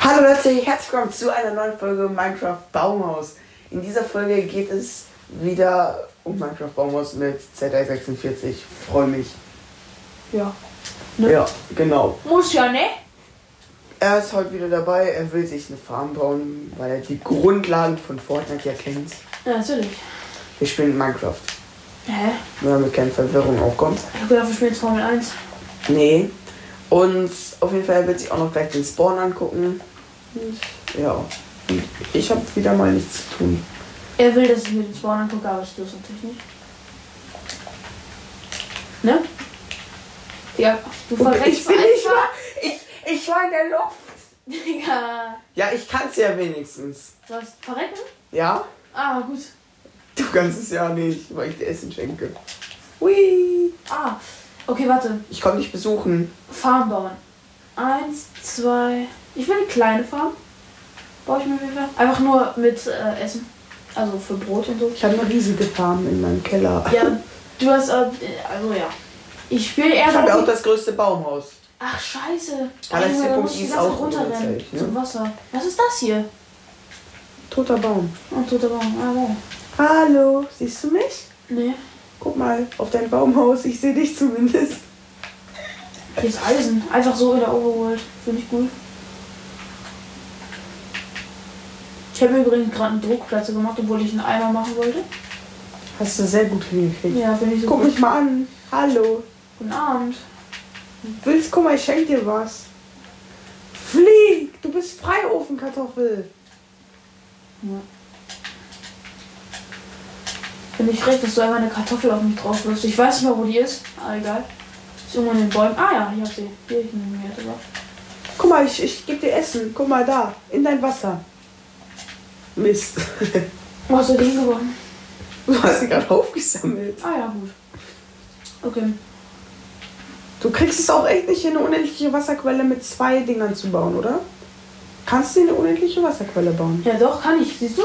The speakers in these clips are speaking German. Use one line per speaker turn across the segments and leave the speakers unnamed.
Hallo Leute, herzlich willkommen zu einer neuen Folge Minecraft Baumhaus. In dieser Folge geht es wieder um Minecraft Baumhaus mit ZR46. Freue mich.
Ja. Ne?
Ja, genau.
Muss ja, ne?
Er ist heute wieder dabei. Er will sich eine Farm bauen, weil er die Grundlagen von Fortnite ja kennt.
Ja, natürlich.
Wir spielen Minecraft.
Hä?
Nur damit keine Verwirrung aufkommt.
Ich hab gedacht, wir spielen jetzt Formel 1.
Nee. Und auf jeden Fall wird sich auch noch gleich den Spawn angucken. Ja. Ich habe wieder mal nichts zu tun.
Er will, dass ich mir den Spawn angucke, aber ich tue es natürlich nicht. Ne? Digga, du
Ich
verreckst
bin nicht
einfach.
mal. Ich, ich war in der Luft.
Digga.
Ja, ich kann's ja wenigstens.
Sollst du verrecken?
Ja?
Ah, gut.
Du kannst es ja nicht, weil ich dir Essen schenke. Hui.
Ah. Okay, warte.
Ich komm dich besuchen.
Farm bauen. Eins, zwei. Ich will eine kleine Farm. Baue ich mir wieder. Einfach nur mit äh, Essen. Also für Brot und so.
Ich habe eine riesige Farm in meinem Keller.
Ja, du hast. Äh, also ja. Ich spiele eher.
Ich habe ja
drauf-
auch das größte Baumhaus.
Ach, scheiße.
Ja, das ist der
da
Punkt,
muss ich
die
die
ist
ganze
auch
Zeit runterrennen
unterzeichnet, ne?
zum Wasser. Was ist das hier?
Toter Baum.
Oh, toter Baum. Ah, wow.
Hallo, siehst du mich?
Nee,
Guck mal auf dein Baumhaus. Ich sehe dich zumindest.
hier ist Eisen. Einfach so in der Overworld. Finde ich gut. Ich habe übrigens gerade einen Druckplatz gemacht, obwohl ich einen Eimer machen wollte.
Hast du sehr gut hingekriegt.
Ja, finde ich so
Guck
gut.
mich mal an. Hallo.
Guten Abend.
Willst, guck mal, ich schenk dir was. Flieg! Du bist Freiofenkartoffel.
Finde ich recht, dass du einmal eine Kartoffel auf mich drauf wirfst. Ich weiß nicht mal, wo die ist. Ah, egal. Ist irgendwo in den Bäumen. Ah ja, ich hab sie. Hier, ich nehme mir drüber.
Guck mal, ich, ich gebe dir Essen. Guck mal da, in dein Wasser. Mist.
Wo hast du den geworfen?
Du hast sie gerade aufgesammelt.
Ah ja, gut. Okay.
Du kriegst es auch echt nicht hin, eine unendliche Wasserquelle mit zwei Dingern zu bauen, oder? Kannst du dir eine unendliche Wasserquelle bauen?
Ja, doch, kann ich. Siehst du?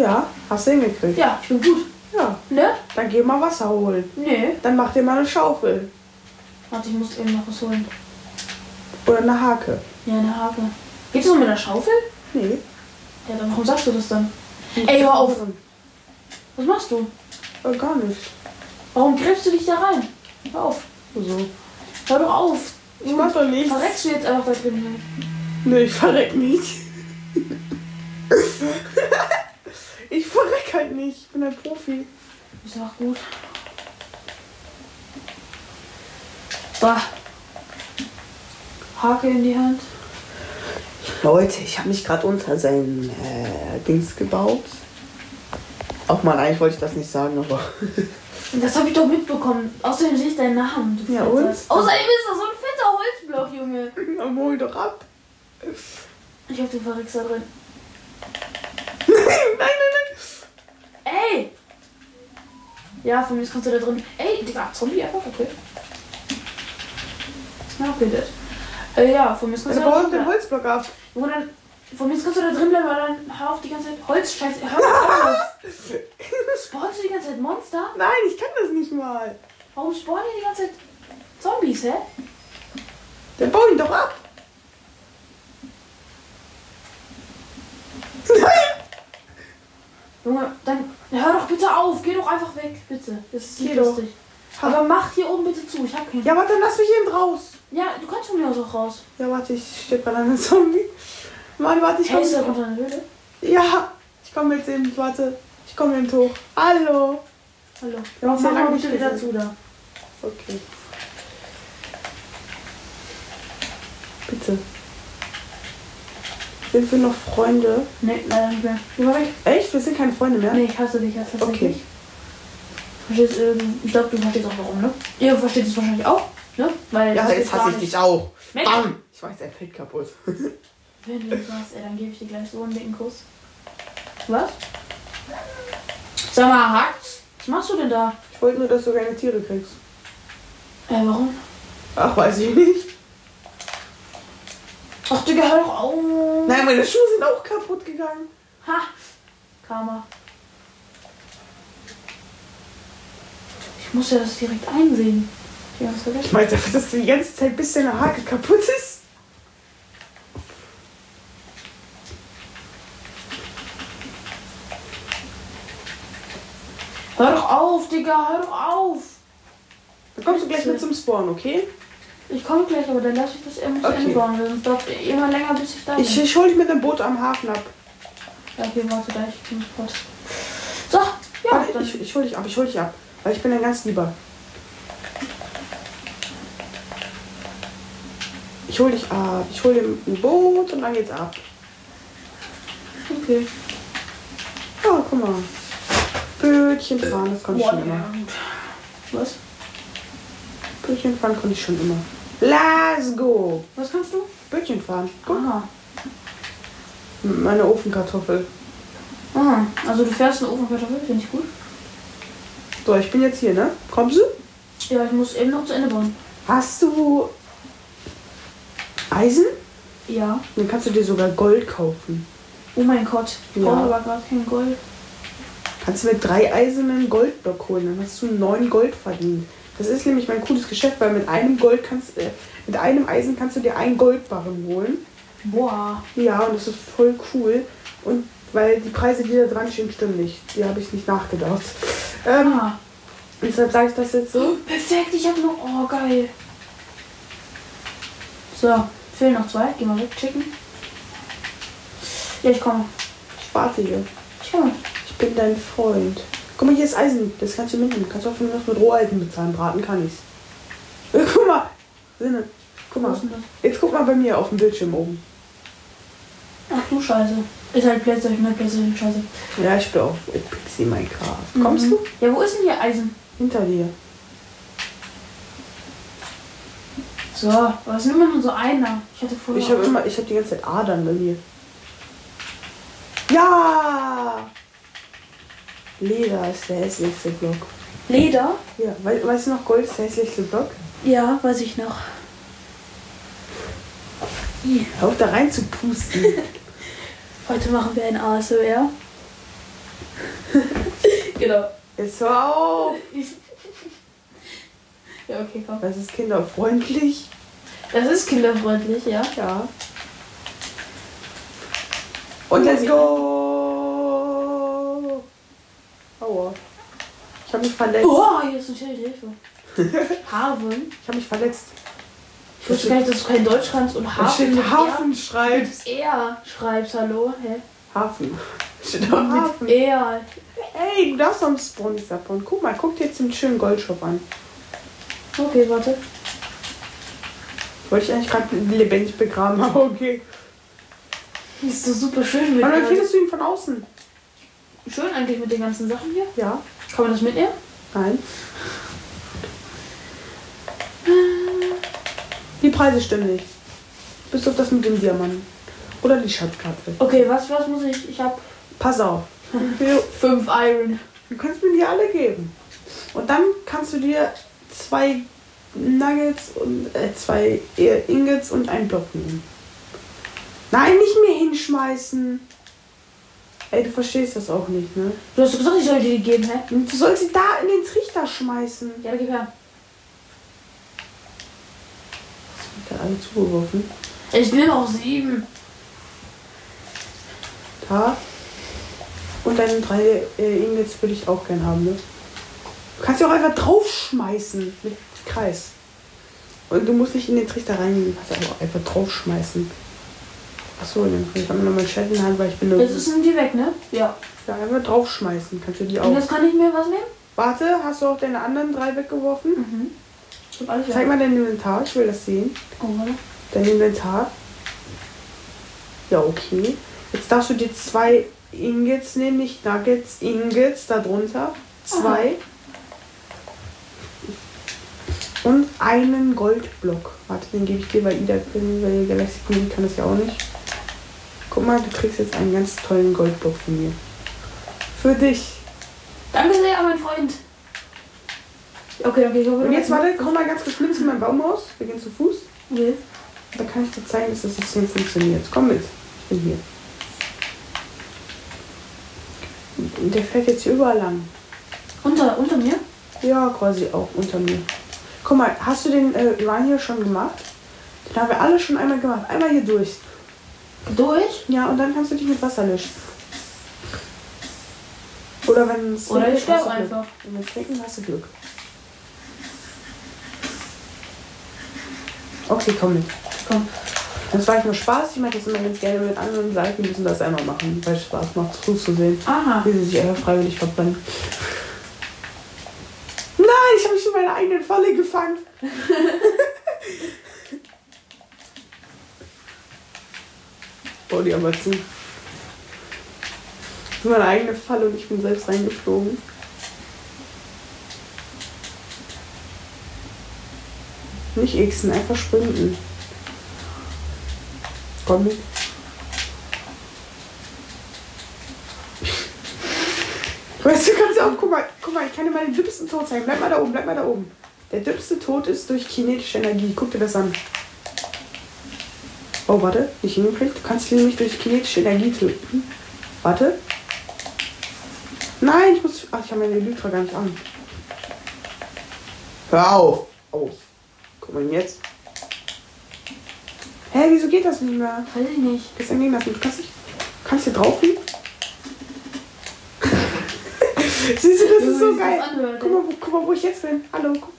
Ja, hast du hingekriegt.
Ja, ich bin gut.
Ja,
Ne?
dann geh mal Wasser holen.
Nee.
Dann mach dir mal eine Schaufel
Warte, ich muss eben noch was holen.
oder eine Hake.
Ja, eine Hake. Geht's nur mit einer Schaufel?
Nee.
Ja, dann warum sagst du das dann? Ey, hör auf. Was machst du?
Äh, Gar nicht.
Warum gräbst du dich da rein? Hör auf.
So.
Hör doch auf.
Ich mach doch nichts.
Verreckst du jetzt einfach da drin?
Nee, ich verreck nicht. ich verreck halt nicht. Ich bin ein Profi.
Ist auch gut. Bah. Hake in die Hand.
Leute, ich habe mich gerade unter sein äh, Dings gebaut. Auch mal, eigentlich wollte ich das nicht sagen, aber.
Das habe ich doch mitbekommen. Außerdem sehe ich deinen Namen. Du
Ja,
Fetzer.
und?
Außerdem ist das so ein fetter Holzblock, Junge.
Na, hol doch ab.
Ich hab den Verrixer drin.
Nein, nein, nein.
Ey! Ja, von mir ist kannst du da drin. Ey, Digga, Zombie einfach, okay. Na, okay, das. Äh, ja, von mir ist kannst
Also
du da
bau doch
drin
den
bleiben.
Holzblock ab.
Junge, dann- Von mir ist kannst du da drin bleiben, weil dann hör auf die ganze Zeit Holzscheiße. Hör auf! Spawnst du die ganze Zeit Monster?
nein, ich kann das nicht mal.
Warum spawnen hier die ganze Zeit Zombies, hä?
Dann bau ihn doch ab. Nein.
Junge, dann hör doch bitte auf, geh doch einfach weg, bitte. Das ist nicht
Geh doch.
lustig. Aber mach hier oben bitte zu, ich hab keinen.
Ja, warte, dann lass mich eben raus.
Ja, du kannst von mir aus auch raus.
Ja, warte, ich stehe bei deiner Zombie. Mann, warte, ich
Hey,
komm.
ist da unter einer Höhle?
Ja, ich komme jetzt eben, warte. Ich komme eben hoch. Hallo.
Hallo.
Ja,
mach
sehr
mal
lange
bitte
Stille.
wieder zu da.
Okay. Bitte. Sind wir noch Freunde?
Nee, leider nicht mehr.
Geh mal weg. Echt? Wir sind keine Freunde mehr?
Nee, ich hasse dich jetzt tatsächlich.
Okay.
Verstehst, ähm, ich glaube, du verstehst auch warum, ne? Ihr versteht es wahrscheinlich auch, ne? Weil
Ja,
das
jetzt
ist gar
hasse ich
nicht-
dich auch.
Mensch.
Bam! Ich weiß, er fällt kaputt.
Wenn du das machst, ey, dann gebe ich dir gleich so einen dicken Kuss. Was? Sag mal, hackt's? Was machst du denn da?
Ich wollte nur, dass du keine Tiere kriegst.
Äh, warum?
Ach, weiß ich nicht.
Ach, Digga, hör doch auf.
Nein, meine Schuhe sind auch kaputt gegangen.
Ha! Karma. Ich muss ja das direkt einsehen. Ich hab das vergessen.
Ich meine, dass du die ganze Zeit bis deine Hake kaputt ist.
Hör doch auf, Digga, hör doch auf.
Dann kommst du gleich mit zum Spawn, okay?
Ich komme gleich, aber dann lass ich das eben zu
Okay.
Ende bauen. Sonst dauert eh immer länger, bis ich da bin.
Ich, ich hol dich mit dem Boot am Hafen ab.
Ja, okay, warte, da ich bin kurz. So, ja,
Warte,
dann.
ich, ich hol dich ab, ich hol dich ab. Weil ich bin ein ganz lieber. Ich hol dich ab. Ich hol dir ein Boot und dann geht's ab.
Okay.
Oh, guck mal. Bötchen fahren, das konnte ich schon immer.
Was?
Bötchen fahren konnte ich schon immer. Let's go!
Was kannst du?
Bötchen fahren. Guck,
Aha.
meine Ofenkartoffel.
Aha. Also du fährst eine Ofenkartoffel, finde ich gut.
So, ich bin jetzt hier, ne? Kommst du?
Ja, ich muss eben noch zu Ende bauen.
Hast du Eisen?
Ja.
Dann kannst du dir sogar Gold kaufen.
Oh mein Gott. Ich
Ja.
brauche aber gerade kein Gold.
Kannst du mit drei Eisen einen Goldblock holen, dann hast du neun Gold verdient. Das ist nämlich mein cooles Geschäft, weil mit einem Gold kannst äh, mit einem Eisen kannst du dir einen Goldbarren holen.
Boah.
Ja, und das ist voll cool. Und weil die Preise, die da dran stehen, stimmen nicht. Die habe ich nicht nachgedacht. Ähm,
Ah.
deshalb sage ich das jetzt so.
Perfekt, ich habe noch. Oh, geil. So, fehlen noch zwei. Geh mal weg, chicken. Ja, ich komme.
Ich warte hier.
Ich komme.
Ich bin dein Freund. Guck mal, hier ist Eisen. Das kannst du mitnehmen. Kannst du auch von mir aus mit Roheisen bezahlen. Braten kann ich's. Äh, guck mal. Sinne. Guck
Was
mal.
ist denn das?
Jetzt guck mal bei mir auf dem Bildschirm oben.
Ach du Scheiße. Ist halt Playstation, ne? Playstation, Scheiße. Mhm.
Ja, ich bin auf PC Minecraft. Kommst du?
Ja, wo ist denn hier Eisen?
Mhm. Hinter dir.
So, aber es ist immer nur so einer. Ich hatte vorher.
Ich habe
auch-
immer, ich habe die ganze Zeit Adern bei mir. Ja! Leder ist der hässlichste Block.
Leder.
Ja, wei- weißt du noch, Gold ist der hässlichste Block?
Ja, weiß ich noch. Ih,
Hör auf da rein zu pusten.
Heute machen wir ein ASMR. genau.
Jetzt hör auf!
Ja, okay, komm.
Das ist kinderfreundlich.
Das ist kinderfreundlich, ja.
Ja. Und let's go! Aua. Ich habe mich verletzt.
Oh, hier ist ein Schild, Hilfe. Haven.
Ich habe mich verletzt.
Ich wusste gar nicht, dass du kein Deutsch kannst und
Da steht
Hafen. mit
Hafen schreibst.
R. Er schreibst, hallo. Hä?
Hafen. Steht auch Hafen.
Er.
Ey, du darfst am Spawn nicht abbauen. Guck mal, guck dir jetzt den schönen Goldshop an.
Okay, warte.
Wollte ich eigentlich gerade lebendig begraben, aber okay.
Ist so super schön mit
Aber dann
Gold.
findest du ihn von außen.
Schön eigentlich mit den ganzen Sachen hier.
Ja.
Kann man das mitnehmen?
Nein. Die Preise stimmen nicht. Bis auf das mit dem Diamanten. Oder die Schatzkarte.
Okay, was, was muss ich? Ich hab
Pass auf. Du
fünf Iron.
du kannst mir die alle geben. Und dann kannst du dir zwei Nuggets und äh, zwei Ingots und einen Block nehmen. Nein, nicht mehr hinschmeißen. Ey, du verstehst das auch nicht, ne?
Du hast doch gesagt, ich soll dir die geben, hä?
Du sollst sie da in den Trichter schmeißen.
Ja, gib her.
Ich hab alle zugeworfen.
Ich will noch sieben.
Da. Und deine drei äh, Ingots würde ich auch gern haben, ne? Du kannst sie auch einfach draufschmeißen mit Kreis. Und du musst nicht in den Trichter reingehen, du kannst aber einfach draufschmeißen. Achso, ich habe noch mein Schwert in der Hand, weil ich bin nur.
Jetzt ist sind die weg, ne? Ja.
Ja, einfach draufschmeißen kannst du die
Und
auch.
jetzt kann ich mir was nehmen?
Warte, hast du auch deine anderen drei weggeworfen?
Mhm. Ich hab alles
Zeig
weg.
mal dein Inventar, ich will das sehen.
Oh, warte.
Dein Inventar. Ja, okay. Jetzt darfst du dir zwei Ingots nehmen, nicht Nuggets, Ingots darunter. Zwei. Und einen Goldblock. Warte, den gebe ich dir, weil Ida, weil Galaxy Queen kann das ja auch nicht. Guck mal, du kriegst jetzt einen ganz tollen Goldblock von mir. Für dich.
Danke sehr, mein Freund. Okay, okay, ich hoffe,
Und jetzt, warte, komm mal ganz geschwind zu meinem Baumhaus. Wir gehen zu Fuß.
Okay.
Da kann ich dir zeigen, dass das System funktioniert. Komm mit. Ich bin hier. Und Der fährt jetzt hier überall lang.
Unter, unter mir?
Ja, quasi auch unter mir. Guck mal, hast du den äh, Run hier schon gemacht? Den haben wir alle schon einmal gemacht. Einmal hier durch.
Durch?
Ja, und dann kannst du dich mit Wasser löschen. Oder Oder wenn es
Oder ich
regnet, hast
sterbe
du Glück.
einfach.
Wenn es regnet, hast du Glück. Okay, komm mit.
Komm.
Das war echt nur Spaß. Ich mache das immer ganz gerne mit anderen Seiten. Die müssen das einmal machen, weil es Spaß macht, es zuzusehen.
Aha.
Wie sie sich einfach freiwillig verbrennen. Nein, ich habe mich in meiner eigenen Falle gefangen. oh, die haben wir zu. Das ist meine eigene Falle und ich bin selbst reingeflogen. Nicht xen, einfach sprinten. Komm mit. Weißt du, kannst ja auch, guck mal, guck mal, ich kann dir mal den dümmsten Tod zeigen. Bleib mal da oben, bleib mal da oben. Der dümmste Tod ist durch kinetische Energie. Guck dir das an. Oh, warte, nicht hingekriegt. Du kannst ihn nicht durch kinetische Energie töten. Warte. Nein, ich muss. Ach, ich habe meine Elytra gar nicht an. Hör auf! Auf. Guck mal jetzt. Hä, wieso geht das nicht mehr?
Weiß ich nicht.
Ist ein Gegner. Du kannst nicht. Kannst hier drauf liegen? Siehst du, das ist so
Wie sich
geil.
Das anhört, ne?
Guck mal, wo, guck mal, wo ich jetzt bin. Hallo, guck.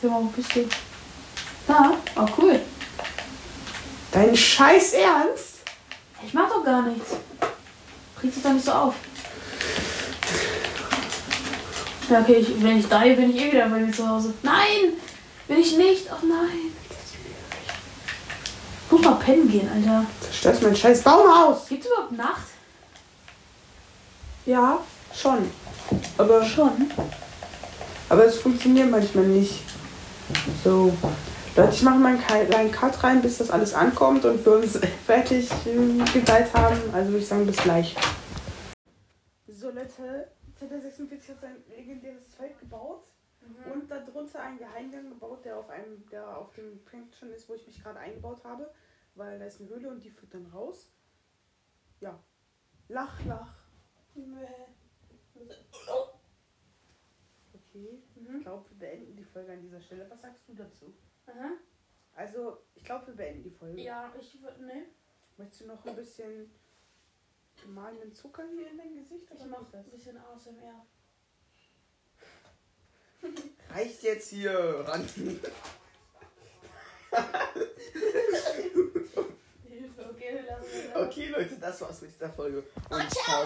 Hier mal, wo bist du? Da? Oh, cool.
Dein Scheiß Ernst?
Ich mach doch gar nichts. Reg dich doch nicht so auf. Ja, okay, ich, wenn ich da bin, bin ich eh wieder bei mir zu Hause. Nein! Bin ich nicht! Oh nein! Guck mal, pennen gehen, Alter.
Zerstörst mein scheiß Baumhaus.
Gibt's überhaupt Nacht?
Ja, schon. Aber,
Schon.
aber es funktioniert manchmal nicht. So. Leute, ich mache mal einen kleinen Cut rein, bis das alles ankommt und wir uns fertig ähm, geteilt haben. Also würde ich sagen, bis gleich. So, Leute, Z46 hat sein legendäres Zeug gebaut. und darunter einen Geheimgang gebaut, der auf einem, der auf dem Plankton ist, wo ich mich gerade eingebaut habe, weil da ist eine Höhle und die führt dann raus. Ja. Lach, lach. Mäh. Okay,
Mhm.
ich glaube, wir beenden die Folge an dieser Stelle. Was sagst du dazu? Also, ich glaube, wir beenden die Folge.
Ja, ich würde. Ne,
Möchtest du noch ein bisschen gemahlenen Zucker hier in dein Gesicht? oder mach das.
bisschen ASMR.
Reicht jetzt hier ran.
Hilfe, okay, wir lassen das.
Okay, Leute, das war's mit dieser Folge. Und ciao.